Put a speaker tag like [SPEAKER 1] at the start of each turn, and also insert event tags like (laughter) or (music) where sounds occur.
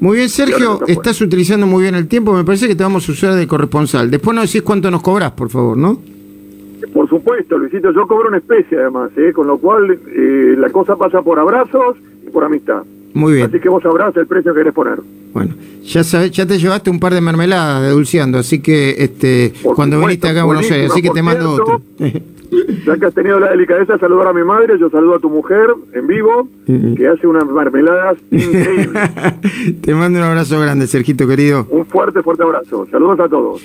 [SPEAKER 1] Muy bien, Sergio, estás utilizando muy bien el tiempo. Me parece que te vamos a usar de corresponsal. Después nos decís cuánto nos cobras, por favor, ¿no?
[SPEAKER 2] Por supuesto, Luisito, yo cobro una especie además, ¿eh? con lo cual eh, la cosa pasa por abrazos y por amistad.
[SPEAKER 1] Muy bien.
[SPEAKER 2] Así que vos sabrás el precio que querés poner.
[SPEAKER 1] Bueno, ya sabés, ya te llevaste un par de mermeladas de dulceando, así que este
[SPEAKER 2] Por
[SPEAKER 1] cuando
[SPEAKER 2] supuesto,
[SPEAKER 1] viniste acá a Buenos
[SPEAKER 2] buenísima,
[SPEAKER 1] Aires, así que
[SPEAKER 2] por
[SPEAKER 1] te mando
[SPEAKER 2] cierto.
[SPEAKER 1] otro. (laughs)
[SPEAKER 2] (laughs) Ya que has tenido la delicadeza de saludar a mi madre, yo saludo a tu mujer en vivo, que hace unas mermeladas
[SPEAKER 1] (laughs)
[SPEAKER 2] increíbles.
[SPEAKER 1] te mando un abrazo grande, Sergito querido.
[SPEAKER 2] Un fuerte, fuerte abrazo. Saludos a todos.